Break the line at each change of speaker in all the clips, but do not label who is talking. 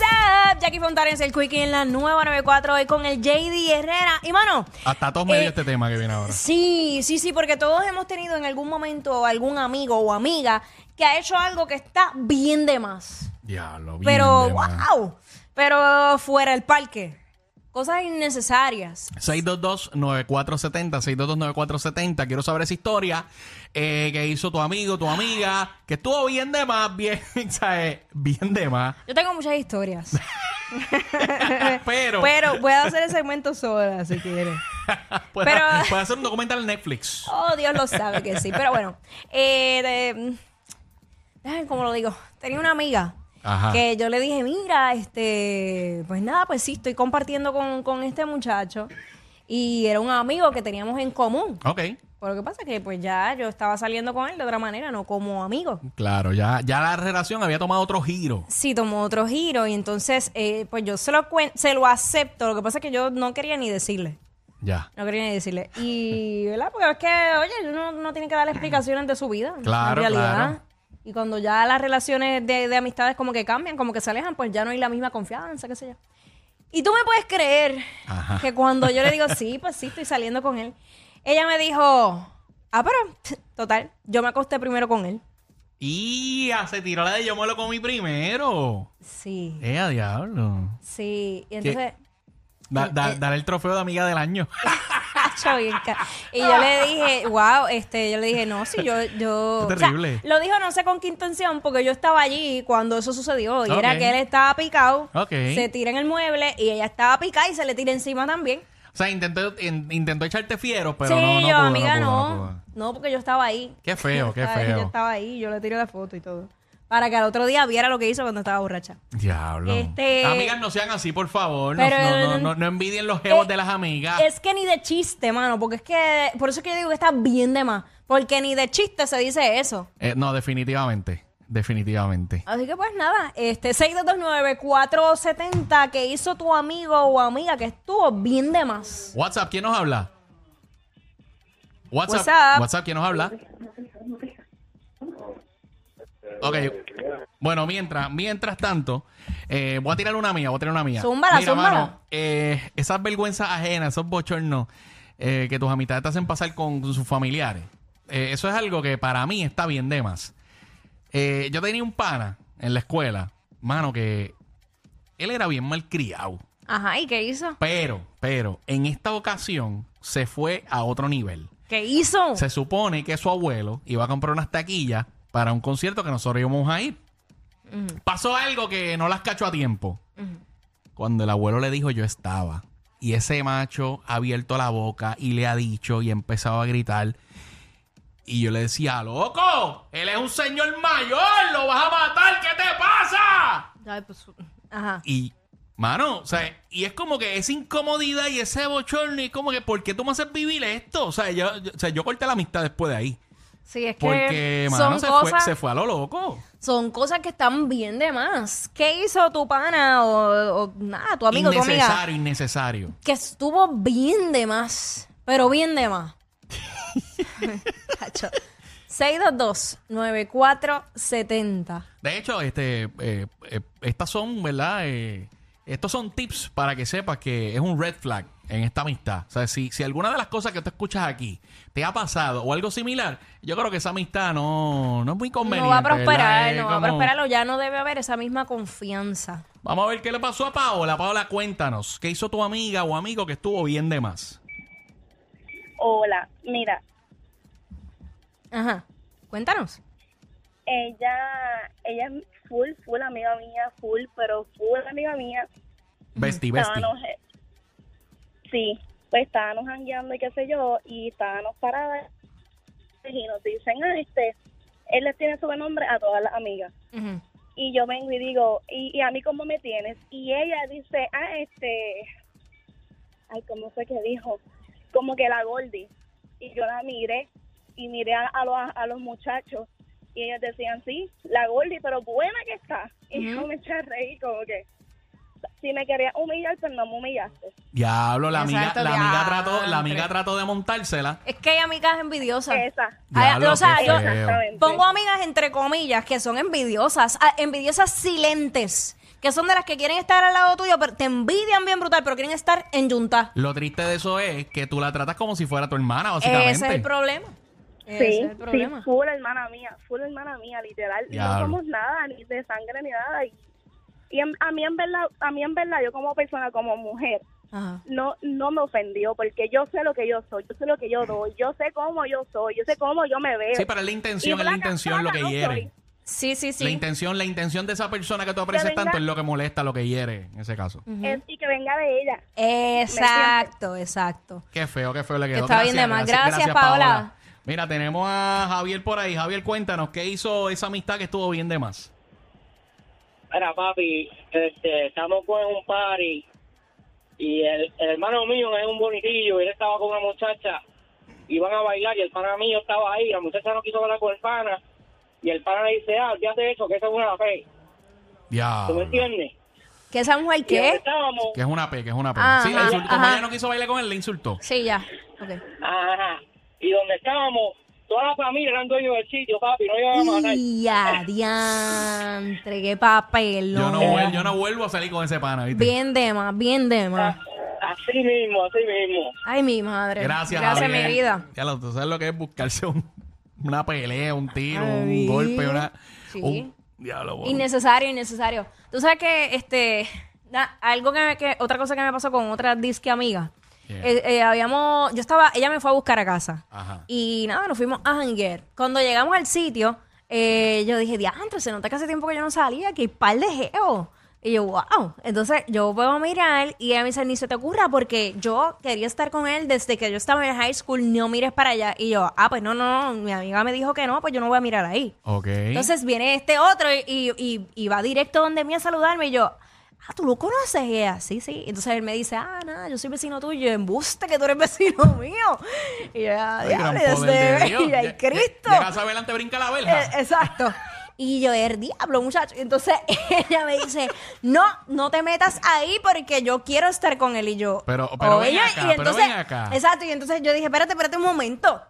up? Jackie Fontanes, el Quickie en la nueva 94 hoy con el JD Herrera. Y mano,
Hasta todos me dio
Eh,
este tema que viene ahora.
sí, sí, sí, porque todos hemos tenido en algún momento algún amigo o amiga que ha hecho algo que está bien de más.
Diablo, bien
Pero,
de más.
wow. Pero fuera del parque. Cosas innecesarias.
622-9470, 622-9470. Quiero saber esa historia eh, que hizo tu amigo, tu amiga, que estuvo bien de más, bien, ¿sabes? Bien de más.
Yo tengo muchas historias.
Pero,
Eh, pero voy a hacer el segmento sola si quieres.
puede,
pero-
puede hacer un documental en Netflix.
Oh, Dios lo sabe que sí. Pero bueno, eh, de- déjame cómo lo digo. Tenía una amiga
Ajá.
que yo le dije, mira, este, pues nada, pues sí, estoy compartiendo con, con este muchacho. Y era un amigo que teníamos en común.
Ok,
Pero lo que pasa es que pues ya yo estaba saliendo con él de otra manera, no como amigo.
claro, ya, ya la relación había tomado otro giro.
Sí, tomó otro giro y entonces eh, pues yo se lo, cuen- se lo acepto. Lo que pasa es que yo no quería ni decirle.
Ya.
No quería ni decirle. Y, ¿verdad? Porque es que, oye, uno no tiene que dar explicaciones de su vida.
Claro,
en realidad.
claro.
Y cuando ya las relaciones de, de amistades como que cambian, como que se alejan, pues ya no hay la misma confianza, qué sé yo. Y tú me puedes creer
Ajá.
que cuando yo le digo, sí, pues sí, estoy saliendo con él, ella me dijo, ah, pero, total, yo me acosté primero con él.
Y ah, se tiró la de yo me lo comí primero.
Sí,
Eh, a diablo.
sí. Y entonces... Eh,
Da- da- Dale el trofeo de amiga del año.
Hacho, bien ca- Y yo le dije, wow, este, yo le dije, no, si yo, yo.
Qué
o sea,
terrible.
lo dijo no sé con qué intención, porque yo estaba allí cuando eso sucedió. Y era
Ok.
que él estaba picado,
Ok.
se tira en el mueble, y ella estaba picada y se le tira encima también.
O sea, intentó, in- intentó echarte fiero, pero
sí,
no, no
yo,
pudo, no
amiga,
pudo,
no.
no
No,
pudo.
porque yo estaba ahí.
Qué feo, qué
Estaba- Yo
feo.
estaba ahí, yo le tiré la foto y todo. Para que al otro día viera lo que hizo cuando estaba borracha.
Diablo.
Este-
Amigas, no sean así, por favor. No-
Pero-
no, no, no- no envidien los jevos
Eh,
de las amigas.
Es que ni de chiste, mano, porque es que. Por eso es que yo digo que está bien de más. Porque ni de chiste se dice eso.
Eh, no, definitivamente. Definitivamente.
Así que pues nada, este 6229470 que hizo tu amigo o amiga que estuvo bien de más.
WhatsApp, ¿quién nos habla? WhatsApp.
WhatsApp.
¿quién nos habla? Ok. Bueno, mientras, mientras tanto, eh, voy a tirar una mía, voy a tirar una mía.
Zúmbala,
Mira,
zúmbala.
mano, eh, esas vergüenzas ajenas, esos bochornos eh, que tus amistades te hacen pasar con sus familiares. eh, eso es algo que para mí está bien de más. Eh, yo tenía un pana en la escuela, mano, que él era bien malcriado.
Ajá, ¿y qué hizo?
Pero, pero, en esta ocasión se fue a otro nivel.
¿Qué hizo?
Se supone que su abuelo iba a comprar unas taquillas para un concierto que nosotros íbamos a ir. Pasó algo que no las cachó a tiempo. Cuando el abuelo le dijo, yo estaba. Y ese macho ha abierto la boca y le ha dicho y ha empezado a gritar. Y yo le decía, loco, él es un señor mayor, lo vas a matar, ¿qué te pasa?
Ay, pues, ajá.
Y, mano, o sea, y es como que esa incomodidad y ese bochorno, y es como que, ¿por qué tú me haces vivir esto? O sea, yo, yo- o sea, yo corté la amistad después de ahí.
Sí, es que
Porque, mano,
son
se, fue,
cosas
se fue a lo loco.
son cosas que están bien de más. ¿Qué hizo tu pana o, o nada, tu amigo, tu amiga
innecesario, innecesario.
que estuvo bien de más, pero bien de más? Cacho. 6229470.
De hecho, este, eh, eh, estas son, ¿verdad? Eh, estos son tips para que sepas que es un red flag en esta amistad. O sea, si, si alguna de las cosas que tú escuchas aquí te ha pasado o algo similar, yo creo que esa amistad no, no es muy conveniente.
No va a
¿verdad?
prosperar,
Es
no va a
como-
prosperar, o ya no debe haber esa misma confianza.
Vamos a ver qué le pasó a Paola. Paola, cuéntanos. ¿Qué hizo tu amiga o amigo que estuvo bien de más?
Hola, mira,
Ajá. Cuéntanos.
ella, ella es full, full amiga mía, full, pero full amiga mía.
Besti, besti.
Estábamos, eh, sí, pues estábamos jangueando y qué sé yo, y estábamos paradas y nos dicen, ah, este, él les tiene sobrenombre a todas las amigas.
Ujú.
y yo vengo y digo, ¿y, y a mí cómo me tienes? Y ella dice, ah, este, ay, ¿cómo fue que dijo? Como que la Gordi. Y yo la miré y miré a, a los, a los muchachos y ellos decían, sí, la Gordi, pero buena que está. Y yo me eché a reír como que, si me quería humillar, pues no me humillaste.
Diablo, la amiga,
Exacto,
la amiga
diantre.
trató, la amiga trató de montársela.
Es que hay amigas envidiosas.
Esa.
Ay,
Diablo,
o sea,
qué
yo-
feo.
Exactamente.
Pongo amigas entre comillas que son envidiosas, ah, envidiosas silentes, que son de las que quieren estar al lado tuyo, pero te envidian bien brutal, pero quieren estar en yunta.
Lo triste de eso es que tú la tratas como si fuera tu hermana, básicamente.
Ese es el problema. Ese
Sí,
es el
sí,
problema.
full hermana mía, full hermana mía, literal.
Diablo.
No somos nada, ni de sangre ni nada. Y, y en- a mí en verdad, a mí en verdad, yo como persona, como mujer,
Ajá.
no no me ofendió porque yo sé lo que yo soy, yo sé lo que yo doy, yo sé cómo yo soy, yo sé cómo yo me veo.
Sí, pero es la intención,
Y
es la
flaca,
intención lo
flaca
que
no
hiere.
soy.
Sí, sí, sí.
La intención, la intención de esa persona que tú aprecias
venga-
tanto es lo que molesta, lo que hiere, en ese caso.
Mm.
Es- y que venga de ella.
Exacto, exacto.
Qué feo, qué feo le quedó.
Está bien de más. Gracias, Paola.
Mira, tenemos a Javier por ahí. Javier, cuéntanos, ¿qué hizo esa amistad que estuvo bien de más?
Mira, papi, este, estamos con un party y el, el hermano mío es un bonitillo y él estaba con una muchacha. Iban a bailar y el pana mío estaba ahí. La muchacha no quiso hablar con el pana y el pana le dice, ah, ya te eso, que esa es una fe.
Ya.
¿Tú me entiendes?
¿Qué esa mujer
Y donde
qué?
estábamos,
Que es una P, que es una P.
Ah, Ajá,
sí, le insultó. como
ajá.
ella no quiso bailar con él, le insultó.
Sí, ya. Ok.
ajá, y donde estábamos, toda la familia eran dueños del sitio, papi, no iban a matar.
Y a diantre, qué papel.
Yo no, vuel- yo no vuelvo a salir con ese pana, ¿viste?
Bien de más, bien de más.
Ah. Así mismo, así mismo.
Ay, mi madre.
Gracias,
Gracias,
Javier.
mi vida.
Ya lo, tú sabes lo que es buscarse un- una pelea, un tiro,
Ay,
un golpe, una...
sí.
un- diablo, bueno.
Innecesario, innecesario. Tú sabes que, este, na- algo que, me- que- otra cosa que me pasó con otra disque amiga.
Yeah.
Eh, eh, habíamos, yo estaba, ella me fue a buscar a casa.
Ajá.
Y nada, nos fuimos a janguear. Cuando llegamos al sitio, eh, yo dije, diantre, se nota que hace tiempo que yo no salía, que hay par de geo. Y yo, wow. Entonces yo puedo mirar y ella me dice, ni se te ocurra porque yo quería estar con él desde que yo estaba en high school, no mires para allá. Y yo, ah, pues no, no, no, mi amiga me dijo que no, pues yo no voy a mirar ahí.
Ok.
Entonces viene este otro y, y- y- y va directo donde mí a saludarme y yo, ah, tú lo conoces, Y ella, sí, sí. Entonces él me dice, ah, nada, yo soy vecino tuyo, Y yo, embuste que tú eres vecino mío. Y yo, ah,
Ay, gran
diablo,
poder de
desde-
Dios.
y ay,
Ya-
Cristo.
ya- Llega a saber adelante, brinca la verja.
Eh, exacto. Y yo, el diablo, muchacho. Entonces ella me dice, no, no te metas ahí porque yo quiero estar con él. Y yo, "Oh,
Pero- pero ven
oye,
acá, pero ven acá.
Exacto. Y entonces yo dije, espérate, espérate un momento.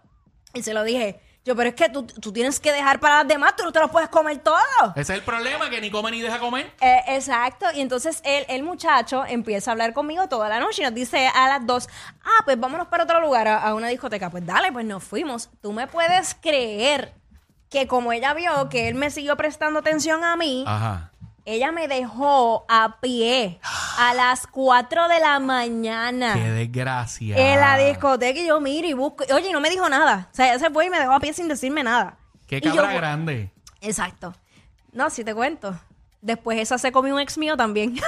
Y se lo dije, yo, pero es que tú, tú tienes que dejar para las demás, tú no te lo puedes comer todo.
Ese es el problema, que ni come ni deja comer.
Eh, exacto, y entonces el, el muchacho empieza a hablar conmigo toda la noche y nos dice a las dos, ah, pues vámonos para otro lugar, a, a una discoteca. Pues dale, pues nos fuimos. Tú me puedes creer que como ella vio que él me siguió prestando atención a mí,
Ajá.
ella me dejó a pie a las 4 de la mañana.
Qué desgracia.
En Ah. la discoteca y yo miro y busco. Oye, y no me dijo nada. O sea, ella se fue y me dejó a pie sin decirme nada.
Qué
Y yo-
cabra grande.
Exacto. No, si te cuento. Después esa se comió un ex mío también.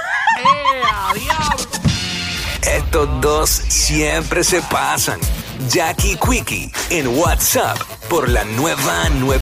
Estos dos siempre se pasan. Jackie Quickie en WhatsApp por la nueva 9.